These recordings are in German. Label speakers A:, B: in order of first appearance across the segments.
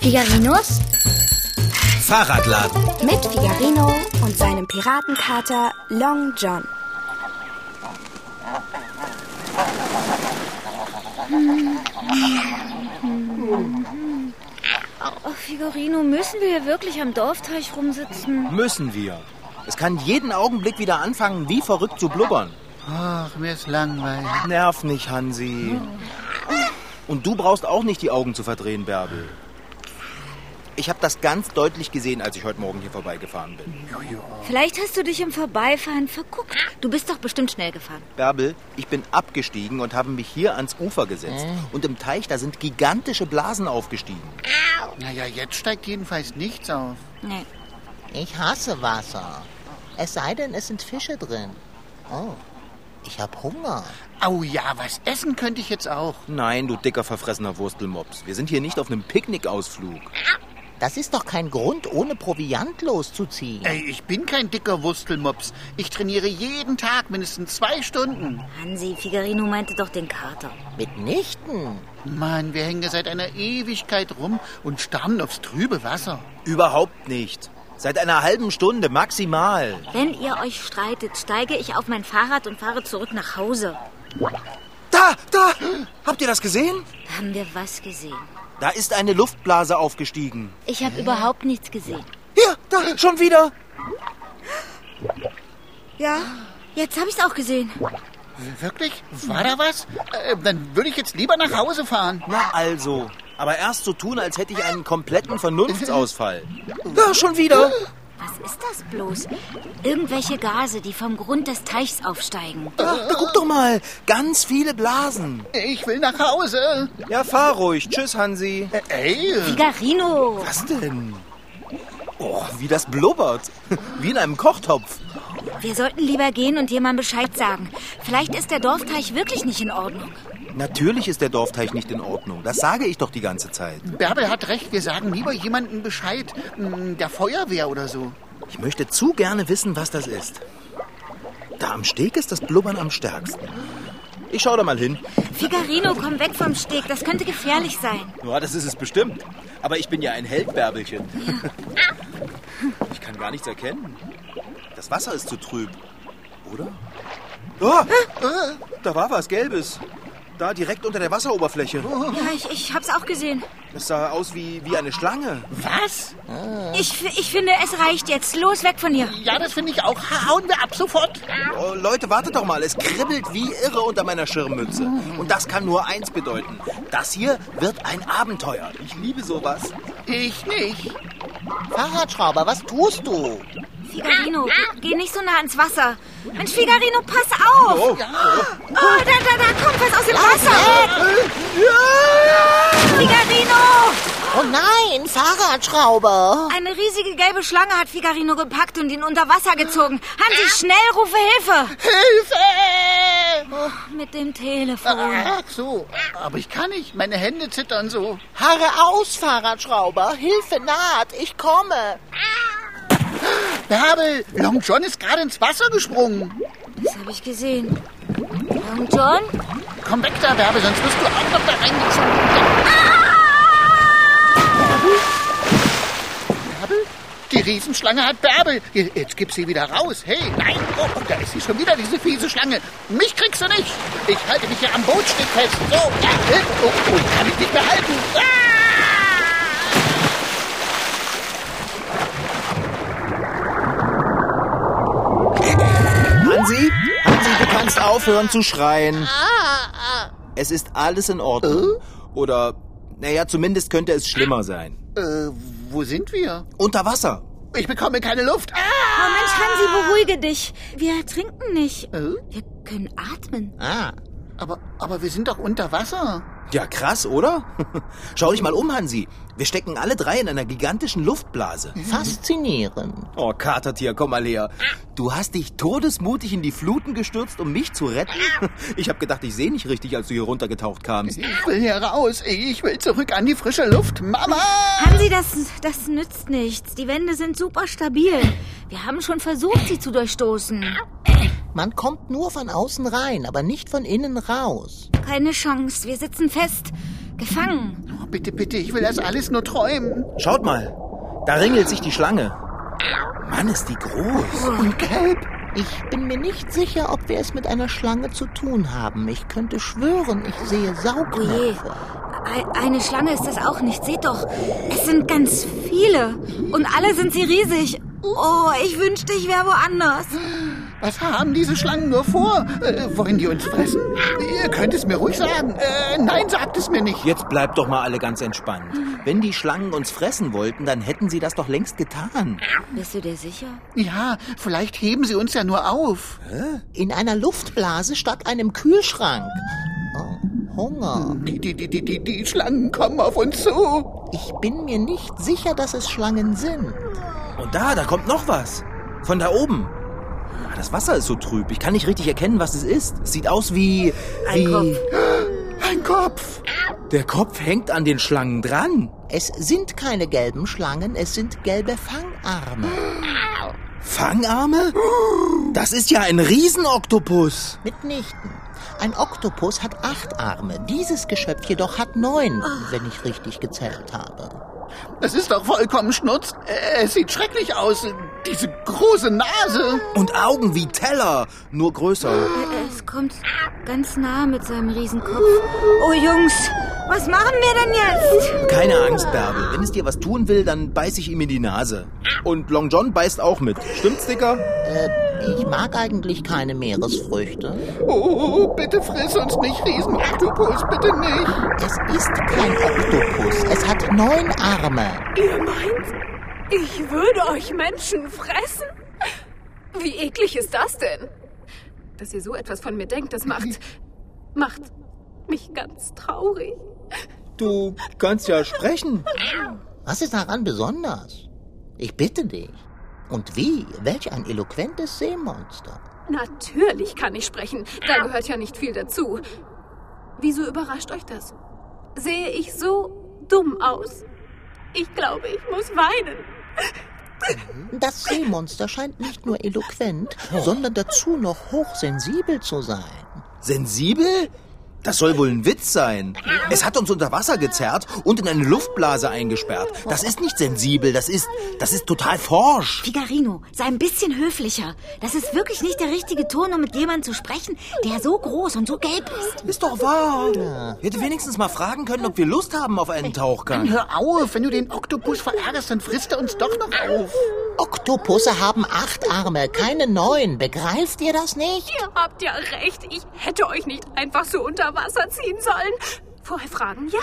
A: Figarinos
B: Fahrradladen.
C: Mit Figarino und seinem Piratenkater Long John.
A: Oh, Figarino, müssen wir hier wirklich am Dorfteich rumsitzen?
B: Müssen wir. Es kann jeden Augenblick wieder anfangen, wie verrückt zu blubbern.
D: Ach, mir ist langweilig.
B: Nerv nicht, Hansi. Und du brauchst auch nicht die Augen zu verdrehen, Bärbel. Ich habe das ganz deutlich gesehen, als ich heute Morgen hier vorbeigefahren bin.
A: Vielleicht hast du dich im Vorbeifahren verguckt. Du bist doch bestimmt schnell gefahren.
B: Bärbel, ich bin abgestiegen und habe mich hier ans Ufer gesetzt. Und im Teich, da sind gigantische Blasen aufgestiegen.
D: Naja, jetzt steigt jedenfalls nichts auf.
A: Nee.
E: Ich hasse Wasser. Es sei denn, es sind Fische drin. Oh, ich hab Hunger.
D: Au ja, was essen könnte ich jetzt auch.
B: Nein, du dicker, verfressener Wurstelmops. Wir sind hier nicht auf einem Picknickausflug.
E: Das ist doch kein Grund, ohne Proviant loszuziehen.
D: Ey, ich bin kein dicker Wurstelmops. Ich trainiere jeden Tag mindestens zwei Stunden.
A: Hansi, Figarino meinte doch den Kater.
E: Mitnichten.
D: Mann, wir hängen da seit einer Ewigkeit rum und starren aufs trübe Wasser.
B: Überhaupt nicht. Seit einer halben Stunde maximal.
A: Wenn ihr euch streitet, steige ich auf mein Fahrrad und fahre zurück nach Hause.
B: Da, da! Habt ihr das gesehen?
A: Haben wir was gesehen?
B: Da ist eine Luftblase aufgestiegen.
A: Ich habe überhaupt nichts gesehen.
B: Hier, da, schon wieder.
A: Ja? Jetzt habe ich es auch gesehen.
D: W- Wirklich? War da was? Äh, dann würde ich jetzt lieber nach Hause fahren.
B: Na also. Aber erst so tun, als hätte ich einen kompletten Vernunftsausfall. Da, schon wieder.
A: Was ist das bloß? Irgendwelche Gase, die vom Grund des Teichs aufsteigen.
B: Da, da guck doch mal. Ganz viele Blasen.
D: Ich will nach Hause.
B: Ja, fahr ruhig. Tschüss, Hansi.
D: Äh, Ey,
A: Figarino!
B: Was denn? Oh, wie das blubbert. Wie in einem Kochtopf.
A: Wir sollten lieber gehen und jemandem Bescheid sagen. Vielleicht ist der Dorfteich wirklich nicht in Ordnung.
B: Natürlich ist der Dorfteich nicht in Ordnung. Das sage ich doch die ganze Zeit.
D: Bärbel hat recht, wir sagen lieber jemandem Bescheid. Hm, Der Feuerwehr oder so.
B: Ich möchte zu gerne wissen, was das ist. Da am Steg ist das Blubbern am stärksten. Ich schau da mal hin.
A: Figarino, komm weg vom Steg. Das könnte gefährlich sein.
B: Ja, das ist es bestimmt. Aber ich bin ja ein Heldbärbelchen. Ich kann gar nichts erkennen. Das Wasser ist zu trüb. Oder? Oh, äh, da war was Gelbes. Da direkt unter der Wasseroberfläche.
A: Ja, ich, ich hab's auch gesehen.
B: Das sah aus wie, wie eine Schlange.
D: Was?
A: Ich, f- ich finde, es reicht jetzt. Los, weg von hier.
D: Ja, das finde ich auch. Hauen wir ab sofort.
B: Oh, Leute, wartet doch mal. Es kribbelt wie irre unter meiner Schirmmütze. Und das kann nur eins bedeuten. Das hier wird ein Abenteuer. Ich liebe sowas.
D: Ich nicht.
E: Fahrradschrauber, was tust du?
A: Figarino, geh- geh nicht so nah ans Wasser. Mensch, Figarino, pass auf. Oh, da, da, da kommt was aus dem Wasser. Figarino!
E: Oh nein, Fahrradschrauber.
A: Eine riesige gelbe Schlange hat Figarino gepackt und ihn unter Wasser gezogen. Hansi, schnell, rufe Hilfe.
D: Hilfe!
A: Mit dem Telefon.
D: Ach Ah, so. Aber ich kann nicht. Meine Hände zittern so.
E: Haare aus, Fahrradschrauber. Hilfe naht, ich komme.
D: Bärbel, Long John ist gerade ins Wasser gesprungen.
A: Das habe ich gesehen. Long John?
D: Komm weg da, Bärbel, sonst wirst du auch noch da reingezogen. Bärbel? Die Riesenschlange hat Bärbel. Je- Jetzt gib sie wieder raus. Hey, nein. Oh, oh, da ist sie schon wieder, diese fiese Schlange. Mich kriegst du nicht. Ich halte mich hier am Bootstück fest. So, ja, hilf. Oh, oh, kann ich nicht mehr halten. Ah!
B: Hansi, Hansi, du kannst aufhören zu schreien. Es ist alles in Ordnung. Oder, naja, zumindest könnte es schlimmer sein.
D: Äh, wo sind wir?
B: Unter Wasser.
D: Ich bekomme keine Luft. Ah!
A: Oh Mensch, Hansi, beruhige dich. Wir trinken nicht. Wir können atmen.
E: Ah,
D: Aber, aber wir sind doch unter Wasser.
B: Ja, krass, oder? Schau dich mal um, Hansi. Wir stecken alle drei in einer gigantischen Luftblase.
E: faszinierend.
B: Oh, Katertier, komm mal her. Du hast dich todesmutig in die Fluten gestürzt, um mich zu retten? Ich hab gedacht, ich sehe nicht richtig, als du hier runtergetaucht kamst.
D: Ich will hier raus. Ich will zurück an die frische Luft. Mama!
A: Hansi, das, das nützt nichts. Die Wände sind super stabil. Wir haben schon versucht, sie zu durchstoßen.
E: Man kommt nur von außen rein, aber nicht von innen raus.
A: Keine Chance. Wir sitzen fest. Gefangen.
D: Oh, bitte, bitte, ich will das alles nur träumen.
B: Schaut mal, da ringelt sich die Schlange. Mann, ist die groß.
D: Und gelb.
E: Ich bin mir nicht sicher, ob wir es mit einer Schlange zu tun haben. Ich könnte schwören, ich sehe
A: Oje.
E: Saugknöpfe.
A: E- Eine Schlange ist das auch nicht. Seht doch, es sind ganz viele. Und alle sind sie riesig. Oh, ich wünschte, ich wäre woanders.
D: Was haben diese Schlangen nur vor? Äh, wollen die uns fressen? Ihr könnt es mir ruhig sagen. Äh, nein, sagt es mir nicht.
B: Jetzt bleibt doch mal alle ganz entspannt. Wenn die Schlangen uns fressen wollten, dann hätten sie das doch längst getan.
A: Bist du dir sicher?
D: Ja, vielleicht heben sie uns ja nur auf.
E: In einer Luftblase statt einem Kühlschrank. Oh, Hunger.
D: Die, die, die, die, die, die Schlangen kommen auf uns zu.
E: Ich bin mir nicht sicher, dass es Schlangen sind.
B: Und da, da kommt noch was. Von da oben. Ah, Das Wasser ist so trüb. Ich kann nicht richtig erkennen, was es ist. Es sieht aus wie. wie
A: Kopf.
D: Ein Kopf.
B: Der Kopf hängt an den Schlangen dran.
E: Es sind keine gelben Schlangen, es sind gelbe Fangarme.
B: Fangarme? Das ist ja ein Riesenoktopus.
E: Mitnichten. Ein Oktopus hat acht Arme. Dieses Geschöpf jedoch hat neun, wenn ich richtig gezählt habe.
D: Das ist doch vollkommen schnurz. Äh, es sieht schrecklich aus. Diese große Nase.
B: Und Augen wie Teller, nur größer.
A: Es kommt ganz nah mit seinem Riesenkopf. Oh Jungs, was machen wir denn jetzt?
B: Keine Angst, Bärbel. Wenn es dir was tun will, dann beiß ich ihm in die Nase. Und Long John beißt auch mit. Stimmt's, Dicker?
E: Äh, ich mag eigentlich keine Meeresfrüchte.
D: Oh, bitte friss uns nicht, Riesenoktopus, bitte nicht.
E: Es ist kein Oktopus, es hat neun Arme.
F: Ihr meint, ich würde euch Menschen fressen? Wie eklig ist das denn? Dass ihr so etwas von mir denkt, das macht. macht mich ganz traurig.
B: Du kannst ja sprechen.
E: Was ist daran besonders? Ich bitte dich. Und wie? Welch ein eloquentes Seemonster.
F: Natürlich kann ich sprechen. Da gehört ja nicht viel dazu. Wieso überrascht euch das? Sehe ich so dumm aus? Ich glaube, ich muss weinen.
E: Das Seemonster scheint nicht nur eloquent, sondern dazu noch hochsensibel zu sein.
B: Sensibel? Das soll wohl ein Witz sein. Es hat uns unter Wasser gezerrt und in eine Luftblase eingesperrt. Das ist nicht sensibel, das ist, das ist total forsch.
A: Figarino, sei ein bisschen höflicher. Das ist wirklich nicht der richtige Ton, um mit jemandem zu sprechen, der so groß und so gelb ist.
B: Ist doch wahr. Hätte wenigstens mal fragen können, ob wir Lust haben auf einen Tauchgang.
D: Hör auf, wenn du den Oktopus verärgerst, dann frisst er uns doch noch auf.
E: Oktopusse haben acht Arme, keine neun. Begreift ihr das nicht?
F: Ihr habt ja recht. Ich hätte euch nicht einfach so unter Wasser ziehen sollen. Vorher fragen, ja.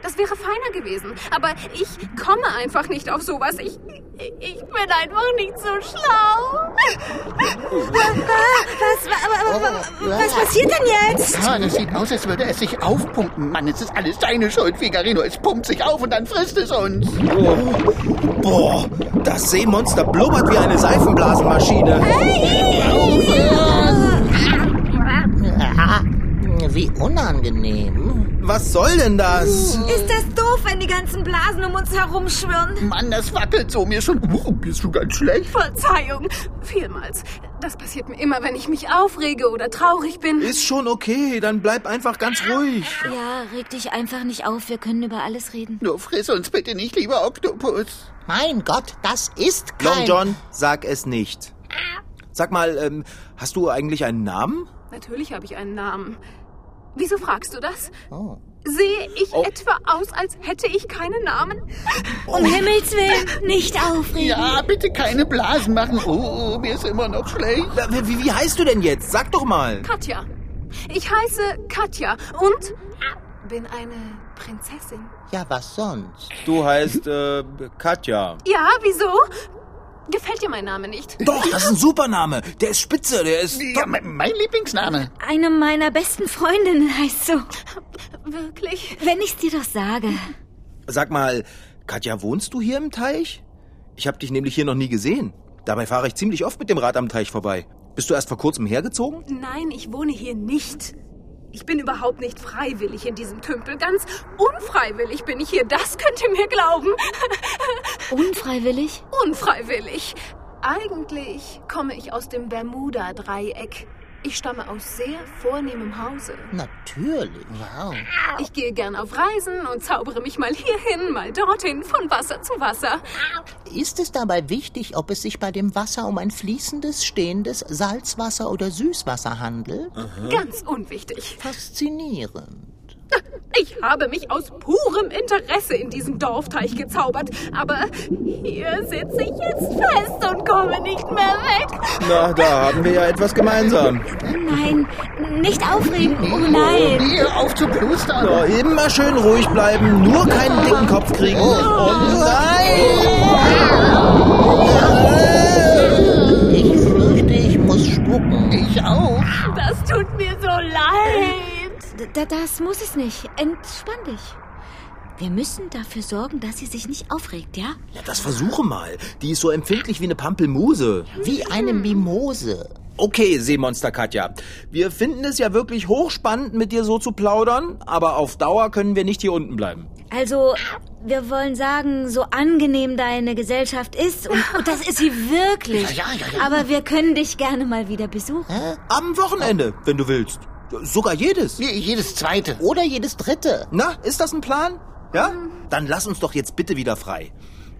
F: Das wäre feiner gewesen. Aber ich komme einfach nicht auf sowas. Ich, ich bin einfach nicht so schlau.
A: Was, wa- wa- wa- was passiert denn jetzt?
D: Ja, das sieht aus, als würde es sich aufpumpen. Mann, es ist alles deine Schuld, Figarino. Es pumpt sich auf und dann frisst es uns.
B: Boah, das Seemonster blubbert wie eine Seifenblasenmaschine.
E: Aha, Ah, wie unangenehm.
B: Was soll denn das?
A: Ist das doof, wenn die ganzen Blasen um uns herumschwirren?
D: Mann, das wackelt so mir schon. Oh, mir ist schon ganz schlecht.
F: Verzeihung. Vielmals. Das passiert mir immer, wenn ich mich aufrege oder traurig bin.
B: Ist schon okay, dann bleib einfach ganz ruhig.
A: Ja, reg dich einfach nicht auf. Wir können über alles reden.
D: Nur friss uns bitte nicht, lieber Oktopus.
E: Mein Gott, das ist
B: Long
E: kein...
B: John, sag es nicht. Sag mal, ähm, hast du eigentlich einen Namen?
F: Natürlich habe ich einen Namen. Wieso fragst du das?
E: Oh.
F: Sehe ich etwa aus, als hätte ich keinen Namen?
A: Um Himmels Willen, nicht aufregen.
D: Ja, bitte keine Blasen machen. Oh, mir ist immer noch schlecht.
B: Wie, wie- wie heißt du denn jetzt? Sag doch mal.
F: Katja. Ich heiße Katja und bin eine Prinzessin.
E: Ja, was sonst?
B: Du heißt äh, Katja.
F: Ja, wieso? Gefällt dir mein Name nicht?
B: Doch, das ist ein Supername. Der ist spitze, der ist.
D: Ja, mein, mein Lieblingsname.
A: Eine meiner besten Freundinnen heißt so.
F: Wirklich?
A: Wenn ich's dir doch sage.
B: Sag mal, Katja, wohnst du hier im Teich? Ich habe dich nämlich hier noch nie gesehen. Dabei fahre ich ziemlich oft mit dem Rad am Teich vorbei. Bist du erst vor kurzem hergezogen?
F: Nein, ich wohne hier nicht. Ich bin überhaupt nicht freiwillig in diesem Tümpel. Ganz unfreiwillig bin ich hier. Das könnt ihr mir glauben.
A: Unfreiwillig?
F: Unfreiwillig. Eigentlich komme ich aus dem Bermuda-Dreieck. Ich stamme aus sehr vornehmem Hause.
E: Natürlich. Wow.
F: Ich gehe gern auf Reisen und zaubere mich mal hierhin, mal dorthin, von Wasser zu Wasser.
E: Ist es dabei wichtig, ob es sich bei dem Wasser um ein fließendes, stehendes Salzwasser oder Süßwasser handelt?
F: Ganz unwichtig.
E: Faszinierend.
F: Ich habe mich aus purem Interesse in diesen Dorfteich gezaubert, aber hier sitze ich jetzt fest und komme nicht mehr weg.
B: Na, da haben wir ja etwas gemeinsam.
A: Nein, nicht aufregen. Oh nein.
D: Hier auf zu plustern.
B: So, immer schön ruhig bleiben, nur keinen dicken Kopf kriegen. Und Oh, nein!
E: Ich fürchte, ich muss spucken.
D: Ich auch.
F: Das tut mir so leid.
A: D das muss es nicht. Entspann dich. Wir müssen dafür sorgen, dass sie sich nicht aufregt, ja?
B: Ja, das versuche mal. Die ist so empfindlich wie eine Pampelmuse.
E: Wie eine Mimose.
B: Okay, Seemonster Katja, wir finden es ja wirklich hochspannend, mit dir so zu plaudern, aber auf Dauer können wir nicht hier unten bleiben.
A: Also, wir wollen sagen, so angenehm deine Gesellschaft ist, und, und das ist sie wirklich.
D: Ja, ja, ja, ja.
A: Aber wir können dich gerne mal wieder besuchen.
B: Am Wochenende, wenn du willst. Sogar jedes.
D: Jedes zweite.
E: Oder jedes dritte.
B: Na, ist das ein Plan? Ja? Dann lass uns doch jetzt bitte wieder frei.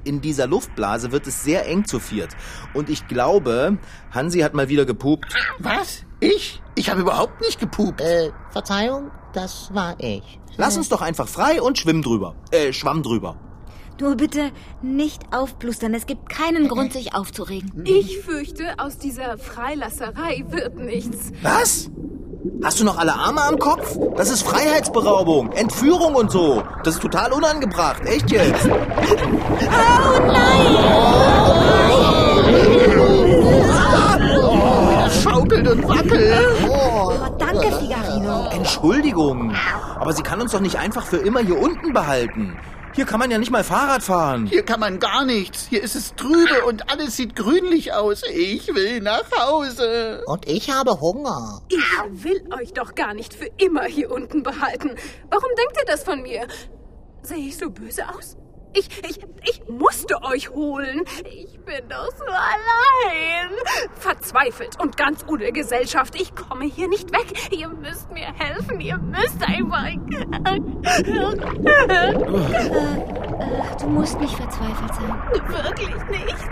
B: In dieser Luftblase wird es sehr eng zu viert. Und ich glaube, Hansi hat mal wieder gepupt.
D: Was? Ich? Ich habe überhaupt nicht gepupt.
E: Äh, Verzeihung, das war ich.
B: Lass uns doch einfach frei und schwimm drüber. Äh, schwamm drüber.
A: Nur bitte nicht aufblustern. Es gibt keinen Grund, sich aufzuregen.
F: Ich fürchte, aus dieser Freilasserei wird nichts.
B: Was? Hast du noch alle Arme am Kopf? Das ist Freiheitsberaubung, Entführung und so. Das ist total unangebracht, echt jetzt.
D: Schaukelt und wackelt.
A: Oh, danke, Figarino.
B: Entschuldigung. Aber sie kann uns doch nicht einfach für immer hier unten behalten. Hier kann man ja nicht mal Fahrrad fahren.
D: Hier kann man gar nichts. Hier ist es trübe und alles sieht grünlich aus. Ich will nach Hause.
E: Und ich habe Hunger.
F: Ich will euch doch gar nicht für immer hier unten behalten. Warum denkt ihr das von mir? Sehe ich so böse aus? Ich, ich, ich musste euch holen. Ich bin doch so allein. Verzweifelt und ganz ohne Gesellschaft. Ich komme hier nicht weg. Ihr müsst mir helfen. Ihr müsst einfach.
A: Ach, du musst nicht verzweifelt sein.
F: Wirklich nicht.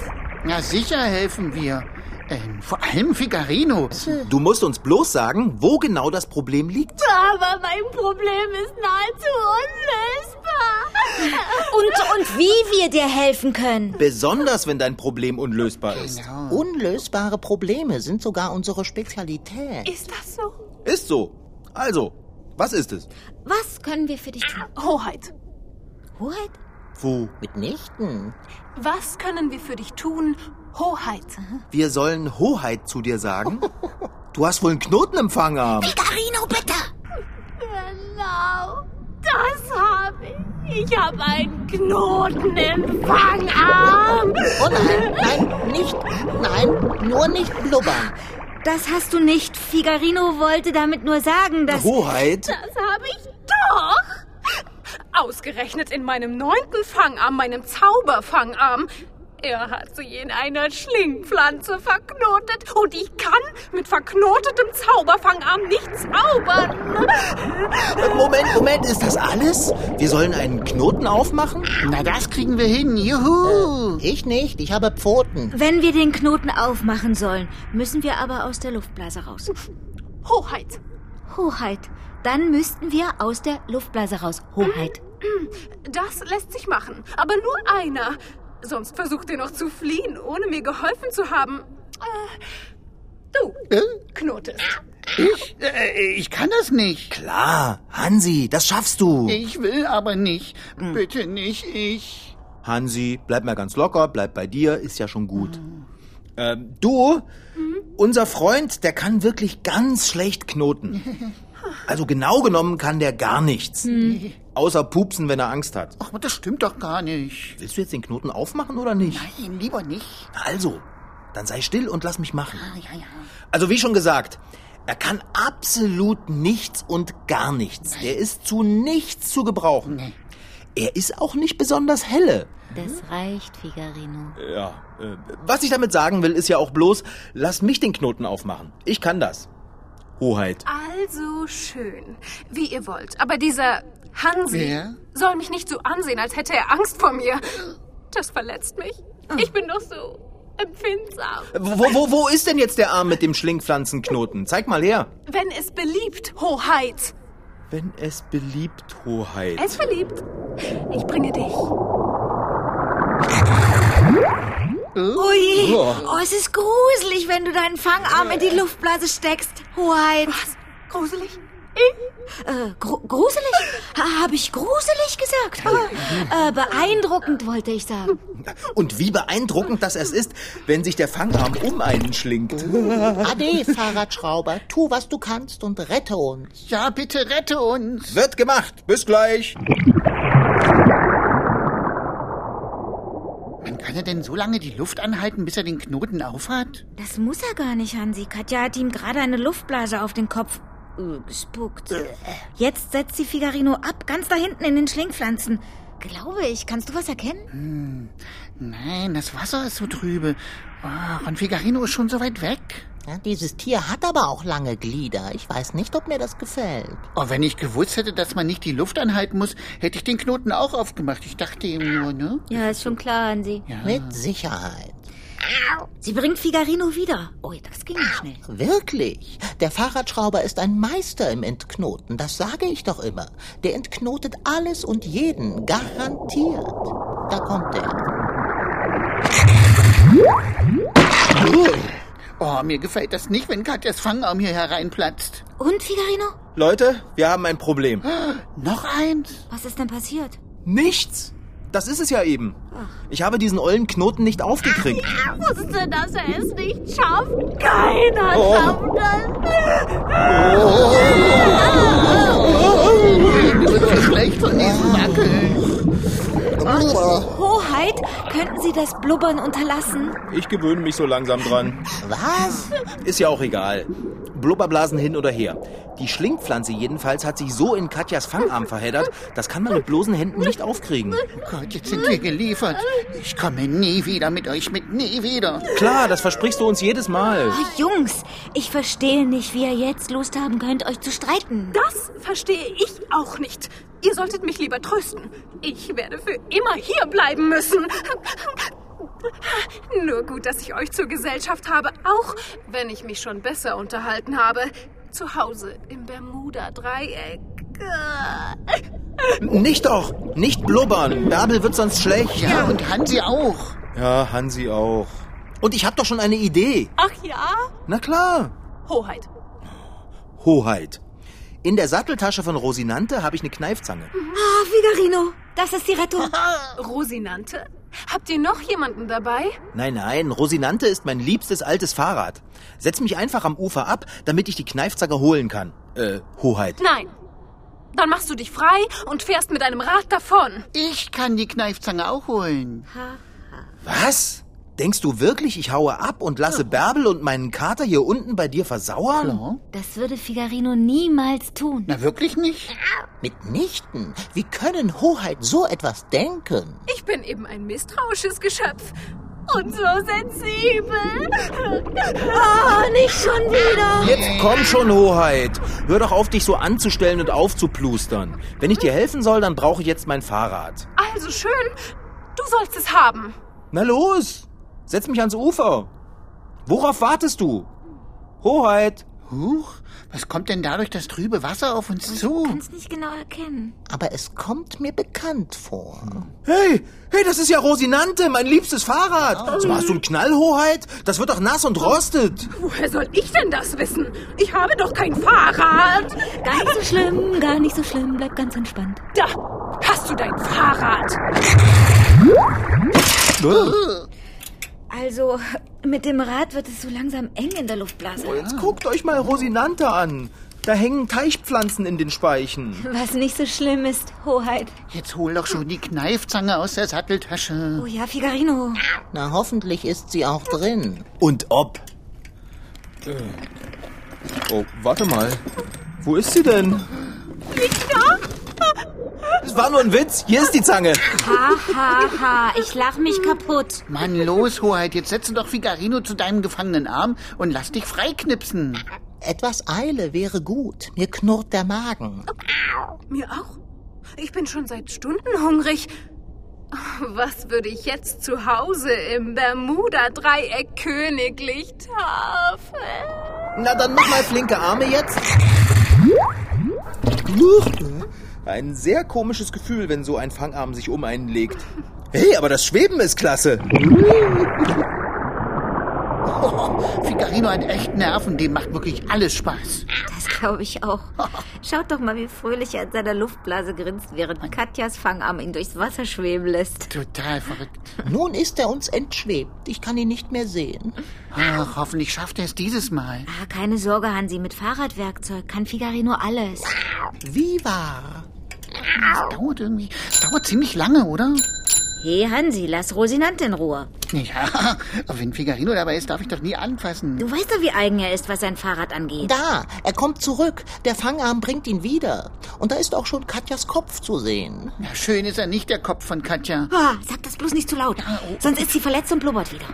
D: Na sicher helfen wir. Ähm, vor allem Figarino.
B: Du musst uns bloß sagen, wo genau das Problem liegt.
F: Aber mein Problem ist nahezu unlösbar.
A: Und, und wie wir dir helfen können.
B: Besonders wenn dein Problem unlösbar ist.
E: Unlösbare Probleme sind sogar unsere Spezialität.
F: Ist das so?
B: Ist so. Also, was ist es?
A: Was können wir für dich tun?
F: Hoheit,
A: Hoheit?
B: Wo?
E: Mitnichten.
F: was können wir für dich tun? Hoheit.
B: Wir sollen Hoheit zu dir sagen. Du hast wohl einen Knoten im Fangarm.
A: Figarino, bitte!
F: Genau, das habe ich. Ich habe einen Knoten im Fangarm.
E: Oh nein, nein, nicht, nein, nur nicht blubbern.
A: Das hast du nicht. Figarino wollte damit nur sagen, dass...
B: Hoheit?
F: Das habe ich doch. Ausgerechnet in meinem neunten Fangarm, meinem Zauberfangarm. Er hat sie in einer Schlingpflanze verknotet und ich kann mit verknotetem Zauberfangarm nicht zaubern.
B: Moment, Moment, ist das alles? Wir sollen einen Knoten aufmachen?
D: Na, das kriegen wir hin. Juhu.
E: Ich nicht, ich habe Pfoten.
A: Wenn wir den Knoten aufmachen sollen, müssen wir aber aus der Luftblase raus.
F: Hoheit,
A: Hoheit. Dann müssten wir aus der Luftblase raus. Hoheit.
F: das lässt sich machen, aber nur einer. Sonst versucht er noch zu fliehen, ohne mir geholfen zu haben. Äh, Du knotest.
D: Ich, äh, ich kann das nicht.
B: Klar, Ah, Hansi, das schaffst du.
D: Ich will aber nicht. Bitte nicht ich.
B: Hansi, bleib mal ganz locker, bleib bei dir, ist ja schon gut. Ähm, du, Mhm. unser Freund, der kann wirklich ganz schlecht knoten. Also genau genommen kann der gar nichts. Außer pupsen, wenn er Angst hat.
D: Ach, das stimmt doch gar nicht.
B: Willst du jetzt den Knoten aufmachen oder nicht?
D: Nein, lieber nicht.
B: Also, dann sei still und lass mich machen.
D: Ah, ja, ja.
B: Also wie schon gesagt, er kann absolut nichts und gar nichts. Der ist zu nichts zu gebrauchen. Er ist auch nicht besonders helle.
A: Das reicht, Figarino.
B: Ja. äh, Was ich damit sagen will, ist ja auch bloß, lass mich den Knoten aufmachen. Ich kann das.
G: Hoheit.
F: Also schön. Wie ihr wollt. Aber dieser Hansi
D: Wer?
F: soll mich nicht so ansehen, als hätte er Angst vor mir. Das verletzt mich. Ich bin doch so empfindsam.
B: Wo, wo, wo ist denn jetzt der Arm mit dem Schlingpflanzenknoten? Zeig mal her.
F: Wenn es beliebt, Hoheit.
B: Wenn es beliebt, Hoheit.
F: Es verliebt. Ich bringe dich.
A: Ui, oh, es ist gruselig, wenn du deinen Fangarm in die Luftblase steckst. Hoheit.
F: Was? Gruselig? Ich?
A: Äh, gru gruselig? Ha, Habe ich gruselig gesagt? Ah, Äh, beeindruckend wollte ich sagen.
B: Und wie beeindruckend das es ist, wenn sich der Fangarm um einen schlingt.
E: Ade, Fahrradschrauber, tu, was du kannst und rette uns.
D: Ja, bitte rette uns.
B: Wird gemacht. Bis gleich.
D: Man kann ja denn so lange die Luft anhalten, bis er den Knoten aufhat?
A: Das muss er gar nicht, Hansi. Katja hat ihm gerade eine Luftblase auf den Kopf äh, gespuckt. Jetzt setzt sie Figarino ab, ganz da hinten in den Schlingpflanzen. Glaube ich. Kannst du was erkennen?
D: Nein, das Wasser ist so trübe. Oh, und Figarino ist schon so weit weg.
E: Ja, dieses Tier hat aber auch lange Glieder. Ich weiß nicht, ob mir das gefällt.
D: Oh, wenn ich gewusst hätte, dass man nicht die Luft anhalten muss, hätte ich den Knoten auch aufgemacht. Ich dachte eben nur, ne?
A: Ja, ist schon klar, Hansi.
E: Mit Sicherheit.
A: Sie bringt Figarino wieder. Ui, das ging ja schnell.
E: Wirklich? Der Fahrradschrauber ist ein Meister im Entknoten, das sage ich doch immer. Der entknotet alles und jeden, garantiert. Da kommt er.
D: Oh, mir gefällt das nicht, wenn Katjas Fangarm hier hereinplatzt.
A: Und, Figarino?
B: Leute, wir haben ein Problem.
D: Noch eins?
A: Was ist denn passiert?
B: Nichts. Das ist es ja eben. Ich habe diesen ollen Knoten nicht aufgekriegt.
F: Wusste, dass er es nicht schafft. Keiner schafft es.
D: Mir wird so schlecht von diesem Wackeln.
A: Hoheit, könnten Sie das Blubbern unterlassen?
B: Ich gewöhne mich so langsam dran.
E: Was?
B: Ist ja auch egal. Blubberblasen hin oder her. Die Schlingpflanze jedenfalls hat sich so in Katjas Fangarm verheddert, das kann man mit bloßen Händen nicht aufkriegen.
D: Oh Gott, jetzt sind wir geliefert. Ich komme nie wieder mit euch mit, nie wieder.
B: Klar, das versprichst du uns jedes Mal.
A: Oh, Jungs, ich verstehe nicht, wie ihr jetzt Lust haben könnt, euch zu streiten.
F: Das verstehe ich auch nicht. Ihr solltet mich lieber trösten. Ich werde für immer hier bleiben müssen. Nur gut, dass ich euch zur Gesellschaft habe, auch wenn ich mich schon besser unterhalten habe. Zu Hause im Bermuda-Dreieck.
B: Nicht doch. Nicht blubbern. Bärbel wird sonst schlecht.
D: Ja, und Hansi auch.
B: Ja, Hansi auch. Und ich hab doch schon eine Idee.
F: Ach ja?
B: Na klar.
F: Hoheit.
B: Hoheit. In der Satteltasche von Rosinante habe ich eine Kneifzange.
A: Ah, Figarino, das ist die Rettung.
F: Rosinante? Habt ihr noch jemanden dabei?
B: Nein, nein, Rosinante ist mein liebstes altes Fahrrad. Setz mich einfach am Ufer ab, damit ich die Kneifzange holen kann. Äh, Hoheit.
F: Nein. Dann machst du dich frei und fährst mit deinem Rad davon.
D: Ich kann die Kneifzange auch holen.
B: Was? Denkst du wirklich, ich haue ab und lasse Bärbel und meinen Kater hier unten bei dir versauern?
A: Das würde Figarino niemals tun.
D: Na, wirklich nicht?
E: Mitnichten. Wie können Hoheit so etwas denken?
F: Ich bin eben ein misstrauisches Geschöpf. Und so sensibel.
A: Oh, nicht schon wieder.
F: Äh.
B: Jetzt komm schon, Hoheit. Hör doch auf, dich so anzustellen und aufzuplustern. Wenn ich dir helfen soll, dann brauche ich jetzt mein Fahrrad.
F: Also schön, du sollst es haben.
B: Na los, setz mich ans Ufer. Worauf wartest du? Hoheit.
D: Huch, was kommt denn dadurch das trübe Wasser auf uns zu?
A: Kann's nicht genau erkennen.
E: Aber es kommt mir bekannt vor.
B: Hey, hey, das ist ja Rosinante, mein liebstes Fahrrad. So hast du einen Knall, Hoheit? Das wird doch nass und rostet.
F: Woher soll ich denn das wissen? Ich habe doch kein Fahrrad.
A: Gar nicht so schlimm, gar nicht so schlimm. Bleib ganz entspannt.
F: Da hast du dein Fahrrad.
A: Also, mit dem Rad wird es so langsam eng in der Luftblase.
B: Jetzt guckt euch mal Rosinante an. Da hängen Teichpflanzen in den Speichen.
A: Was nicht so schlimm ist, Hoheit.
D: Jetzt hol doch schon die Kneifzange aus der Satteltasche.
A: Oh ja, Figarino.
E: Na, hoffentlich ist sie auch drin.
B: Und ob. Oh, warte mal. Wo ist sie denn? Es war nur ein Witz. Hier ist die Zange.
A: Ha, ha, ha. Ich lach mich kaputt.
D: Mann, los, Hoheit, jetzt setze doch Figarino zu deinem gefangenen Arm und lass dich freiknipsen.
E: Etwas Eile wäre gut. Mir knurrt der Magen.
F: Mir auch. Ich bin schon seit Stunden hungrig. Was würde ich jetzt zu Hause im Bermuda-Dreieck königlich tafeln?
B: Na, dann mach mal flinke Arme jetzt. Ein sehr komisches Gefühl, wenn so ein Fangarm sich um einen legt. Hey, aber das Schweben ist klasse.
D: Oh, Figarino hat echt Nerven, dem macht wirklich alles Spaß.
A: Das glaube ich auch. Schaut doch mal, wie fröhlich er in seiner Luftblase grinst, während Katjas Fangarm ihn durchs Wasser schweben lässt.
D: Total verrückt.
E: Nun ist er uns entschwebt. Ich kann ihn nicht mehr sehen.
D: Ach, hoffentlich schafft er es dieses Mal.
A: Ah, keine Sorge, Hansi, mit Fahrradwerkzeug kann Figarino alles.
E: Viva!
D: Das dauert irgendwie, das dauert ziemlich lange, oder?
A: Hey, Hansi, lass Rosinante in Ruhe.
D: Ja, aber wenn Figarino dabei ist, darf ich doch nie anfassen.
A: Du weißt doch, wie eigen er ist, was sein Fahrrad angeht.
E: Da, er kommt zurück. Der Fangarm bringt ihn wieder. Und da ist auch schon Katjas Kopf zu sehen.
D: Na, schön ist er nicht, der Kopf von Katja.
A: Ah, sag das bloß nicht zu laut, sonst ist sie verletzt und blubbert wieder.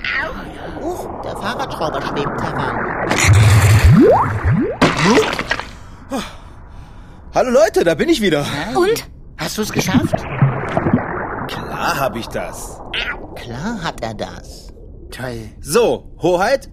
E: Huch, der Fahrradschrauber schwebt heran.
B: Hallo Leute, da bin ich wieder.
A: Und?
D: Hast du es geschafft?
B: Klar hab ich das.
E: Klar hat er das.
D: Toll.
B: So, Hoheit,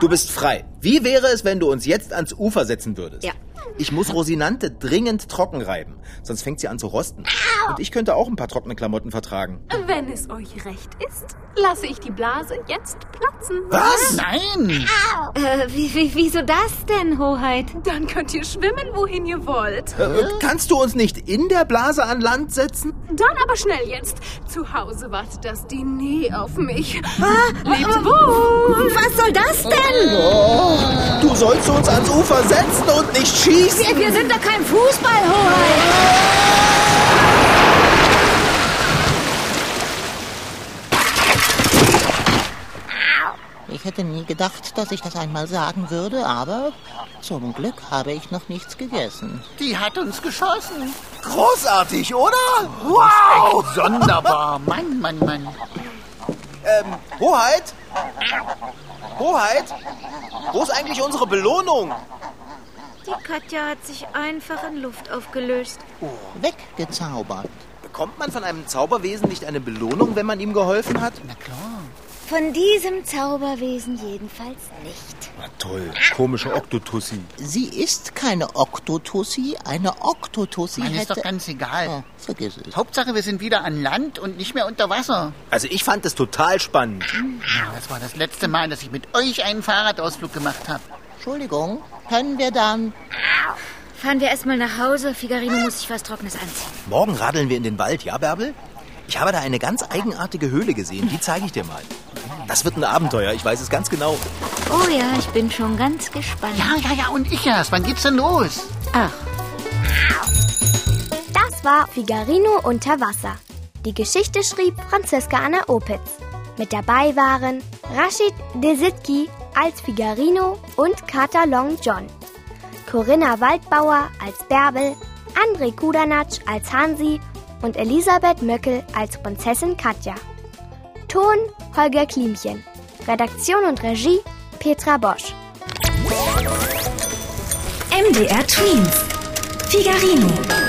B: du bist frei. Wie wäre es, wenn du uns jetzt ans Ufer setzen würdest?
A: Ja.
B: Ich muss Rosinante dringend trocken reiben, sonst fängt sie an zu rosten. Und ich könnte auch ein paar trockene Klamotten vertragen.
F: Wenn es euch recht ist, lasse ich die Blase jetzt platzen.
B: Was?
D: Nein!
A: Äh, wie, wie, wieso das denn, Hoheit?
F: Dann könnt ihr schwimmen, wohin ihr wollt.
B: Äh, Kannst du uns nicht in der Blase an Land setzen?
F: Dann aber schnell jetzt. Zu Hause wartet das Diner auf mich. Lebt wohl!
A: Ah, oh, Was soll das denn?
B: Du sollst uns ans Ufer setzen und nicht schießen.
A: Wir sind doch kein Fußball, Hoheit.
E: Ich hätte nie gedacht, dass ich das einmal sagen würde, aber zum Glück habe ich noch nichts gegessen.
D: Die hat uns geschossen.
B: Großartig, oder?
D: Wow! Sonderbar. Mann, Mann, Mann.
B: Ähm, Hoheit? Hoheit? Wo ist eigentlich unsere Belohnung?
A: Die Katja hat sich einfach in Luft aufgelöst.
E: Weggezaubert.
B: Bekommt man von einem Zauberwesen nicht eine Belohnung, wenn man ihm geholfen hat?
D: Na klar.
A: Von diesem Zauberwesen jedenfalls nicht.
B: Na toll, komische Oktotussi.
E: Sie ist keine Oktotussi. Eine Oktotussi
D: Mann, ist
E: hätte...
D: doch ganz egal.
E: oh, vergiss es.
D: Hauptsache, wir sind wieder an Land und nicht mehr unter Wasser. Ah,
B: Also ich fand es total spannend.
D: Das war das letzte Mal, dass ich mit euch einen Fahrradausflug gemacht habe.
E: Entschuldigung, können wir dann...
A: Fahren wir erstmal nach Hause. Figarino muss sich was Trockenes anziehen.
B: Morgen radeln wir in den Wald, ja, Bärbel? Ich habe da eine ganz eigenartige Höhle gesehen. Die zeige ich dir mal. Das wird ein Abenteuer, ich weiß es ganz genau.
A: Oh ja, ich bin schon ganz gespannt.
D: Ja, ja, ja, und ich erst. Wann geht's denn los?
A: Ach,
H: Das war Figarino unter Wasser. Die Geschichte schrieb Franziska Anna Opitz. Mit dabei waren Rashid Desitki als Figarino und Kata Long John, Corinna Waldbauer als Bärbel, André Kudanatsch als Hansi und Elisabeth Möckel als Prinzessin Katja. Ton Holger Klimchen. Redaktion und Regie Petra Bosch.
I: MDR Twins. Figarino.